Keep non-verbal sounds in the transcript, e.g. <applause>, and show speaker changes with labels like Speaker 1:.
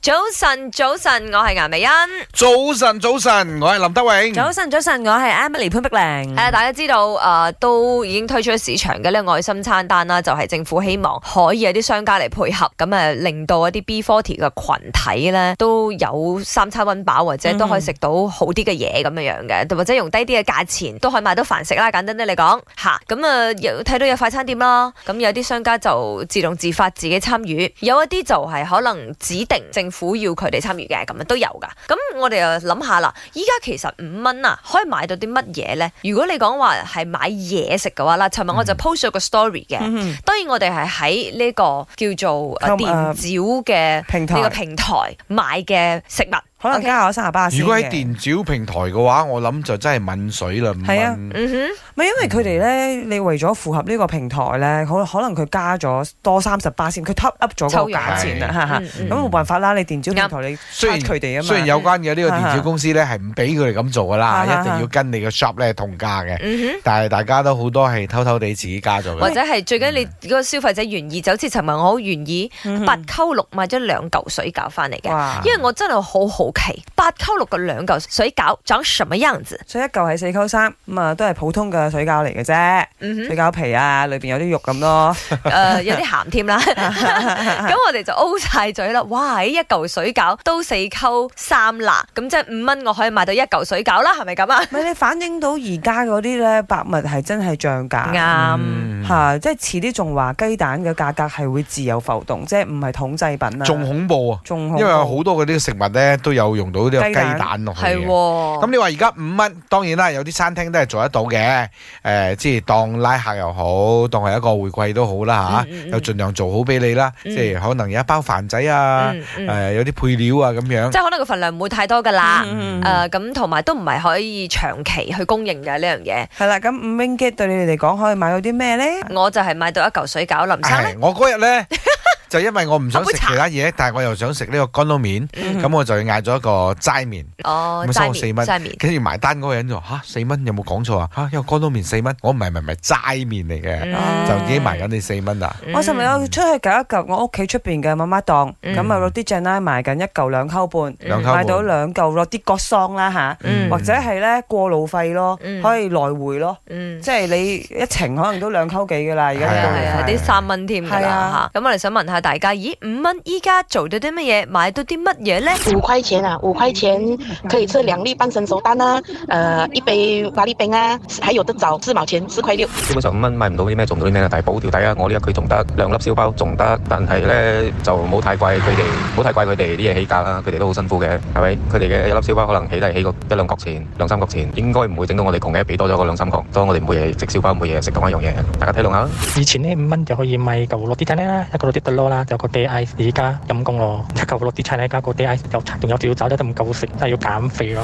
Speaker 1: 早晨，早晨，我系颜美欣。
Speaker 2: 早晨，早晨，我系林德永。
Speaker 3: 早晨，早晨，我系 Emily 潘碧玲。
Speaker 1: 诶、大家知道诶、呃都已經推出咗市場嘅呢個愛心餐單啦，就係政府希望可以有啲商家嚟配合，咁啊令到一啲 B40 嘅群體咧都有三餐温飽，或者都可以食到好啲嘅嘢咁樣樣嘅，或者用低啲嘅價錢都可以買到飯食啦。簡單啲嚟講吓，咁啊有睇到有快餐店啦，咁有啲商家就自動自發自己參與，有一啲就係可能指定政府要佢哋參與嘅，咁啊都有噶。咁我哋又諗下啦，依家其實五蚊啊，可以買到啲乜嘢咧？如果你講話係買嘢食嘅話啦，尋日我就 post 咗個 story 嘅。
Speaker 3: 嗯
Speaker 1: 當然我哋係喺呢個叫做呃
Speaker 3: 購物
Speaker 1: 電繳嘅
Speaker 3: 平
Speaker 1: <laughs> 呢個
Speaker 3: 台
Speaker 1: 平台買嘅食物。
Speaker 3: 可能加我三十八先嘅
Speaker 2: 如果喺電召平台嘅話，我諗就真係問水啦，五
Speaker 3: 係啊
Speaker 2: 蚊。
Speaker 1: 嗯哼。
Speaker 3: 唔係因為佢哋咧，你為咗符合呢個平台咧，可可能佢加咗多三十八先，佢 top up 咗
Speaker 1: 抽
Speaker 3: 個
Speaker 1: 佣
Speaker 3: 價錢
Speaker 2: 係
Speaker 3: 啊，哈哈
Speaker 1: 嗯
Speaker 3: 咁冇辦法啦，你電子平台你
Speaker 2: 雖然
Speaker 3: charge 佢哋啊嘛，
Speaker 2: 雖然有關嘅呢個電召公司咧係唔俾佢哋咁做噶啦，
Speaker 3: 啊啊啊
Speaker 2: 一定要跟你嘅 shop 咧同價
Speaker 3: <laughs>
Speaker 2: 嘅。
Speaker 1: 嗯哼
Speaker 2: 但係大家都好多係偷偷地自己加咗
Speaker 1: <laughs> 或
Speaker 2: 嘅。
Speaker 1: 者係最緊你嗰個消費者願意，就好似尋日我好願意八溝六買咗兩嚿水餃翻嚟嘅，
Speaker 3: 嗯哇
Speaker 1: 因，為我真係好好奇八溝六嘅兩嚿水餃長什麼樣子。
Speaker 3: 所以一嚿係四溝三，咁啊都係普通嘅水餃嚟嘅啫，
Speaker 1: 嗯哼
Speaker 3: 水餃皮啊，裏邊有啲肉咁咯，
Speaker 1: 誒、有啲鹹添啦， <laughs> 咁我哋就 O 晒嘴啦。哇！一嚿水餃都四溝三啦，咁即係五蚊我可以買到一嚿水餃啦，係咪咁啊？
Speaker 3: 咪你反映到而家嗰啲咧百物係真係漲價。
Speaker 1: 啱、
Speaker 2: 嗯
Speaker 3: 吓、即係遲啲仲話雞蛋嘅價格係會自由浮動，即係唔係統制品啦。
Speaker 2: 仲恐怖
Speaker 3: <laughs>
Speaker 2: 啊！
Speaker 3: 仲
Speaker 2: 因為有好多嗰啲食物咧都有用到呢個雞
Speaker 3: 雞蛋
Speaker 2: 蛋落去
Speaker 1: 係
Speaker 2: 嘅。
Speaker 1: 喎。
Speaker 2: 咁你話而家五蚊，當然啦，有啲餐廳都係做得到嘅。誒、即係當拉客又好，當係一個回饋都好啦嚇，
Speaker 1: 嗯嗯嗯
Speaker 2: 又盡量做好俾你啦。
Speaker 1: 嗯
Speaker 2: 即係可能有一包飯仔啊，誒、
Speaker 1: 嗯嗯
Speaker 2: 有啲配料啊咁樣
Speaker 1: 即。係可能個份量唔會太多㗎啦，
Speaker 3: 嗯嗯
Speaker 1: 誒呃咁同埋都唔係可以長期去供應嘅呢樣嘢。
Speaker 3: 係啦，咁五 ringgit 對你哋嚟講可以買到啲咩咧？
Speaker 1: 我就係買到一嚿水餃，林生
Speaker 2: 係
Speaker 1: 咧，
Speaker 2: 我嗰日咧 <laughs> 就因為我唔想食
Speaker 1: 飲杯茶
Speaker 2: 其他嘢，但係我又想食呢個乾撈麵，嗯
Speaker 1: 嗯
Speaker 3: 嗯
Speaker 2: 咁、我就嗌咗一個齋麵。
Speaker 1: 哦，
Speaker 2: 咪收
Speaker 1: 齋
Speaker 2: 我四
Speaker 1: 麵，
Speaker 2: 蚊
Speaker 1: 齋麵，
Speaker 2: 跟住埋單嗰個人就話吓四蚊有冇講錯啊？嚇、因為乾撈麵四蚊，我唔係唔係唔係齋麵嚟嘅，
Speaker 1: 嗯
Speaker 2: 就已經埋緊你四蚊啦。
Speaker 3: 我尋日有出去搞一嚿我屋企出邊嘅媽媽檔，
Speaker 1: 嗯
Speaker 3: 咁啊落啲醬奶賣緊一嚿兩溝半，
Speaker 2: 嗯兩溝半
Speaker 3: 買到兩嚿落啲角桑啦吓，
Speaker 1: 嗯
Speaker 3: 或者係咧過路費咯
Speaker 1: 嗯，
Speaker 3: 可以來回咯，
Speaker 1: 嗯。
Speaker 3: 即係你一程可能都兩溝幾噶啦，而家
Speaker 1: 係
Speaker 3: 啲
Speaker 1: 啊
Speaker 3: 過
Speaker 1: 係啊，
Speaker 3: 路
Speaker 1: 啲
Speaker 3: 費。
Speaker 1: 三蚊添㗎
Speaker 3: 係
Speaker 1: 啦
Speaker 3: 啊
Speaker 1: 嚇，咁我哋想問下大家，咦五蚊依家做到啲乜嘢，買到啲乜嘢咧？
Speaker 4: 五块钱啊，五块钱可以吃两粒半生熟蛋啊，呃，一杯咖喱冰啊，还有得找四毛钱，四块六。
Speaker 5: 基本上五蚊買唔到啲咩，做唔到啲咩，但係補條底啊！我呢一區仲得兩粒燒包仲得，但係咧就唔好太怪佢哋，唔好太怪佢哋啲嘢起價啦，佢哋都好辛苦嘅，係咪？佢哋嘅一粒燒包可能起都係起個一兩角錢、兩三角錢，應該唔會整到我哋窮嘅俾多咗個兩三角，當我哋每日食燒包每日食同一樣嘢，大家體諒下啦。
Speaker 6: 以前呢五蚊就可以買嚿落啲餐啦，一個落啲特攞啦，有個 day ice。而家陰公咯，一嚿落啲餐咧加個 day ice 有仲有條爪咧都唔夠食，真係要減肥咯。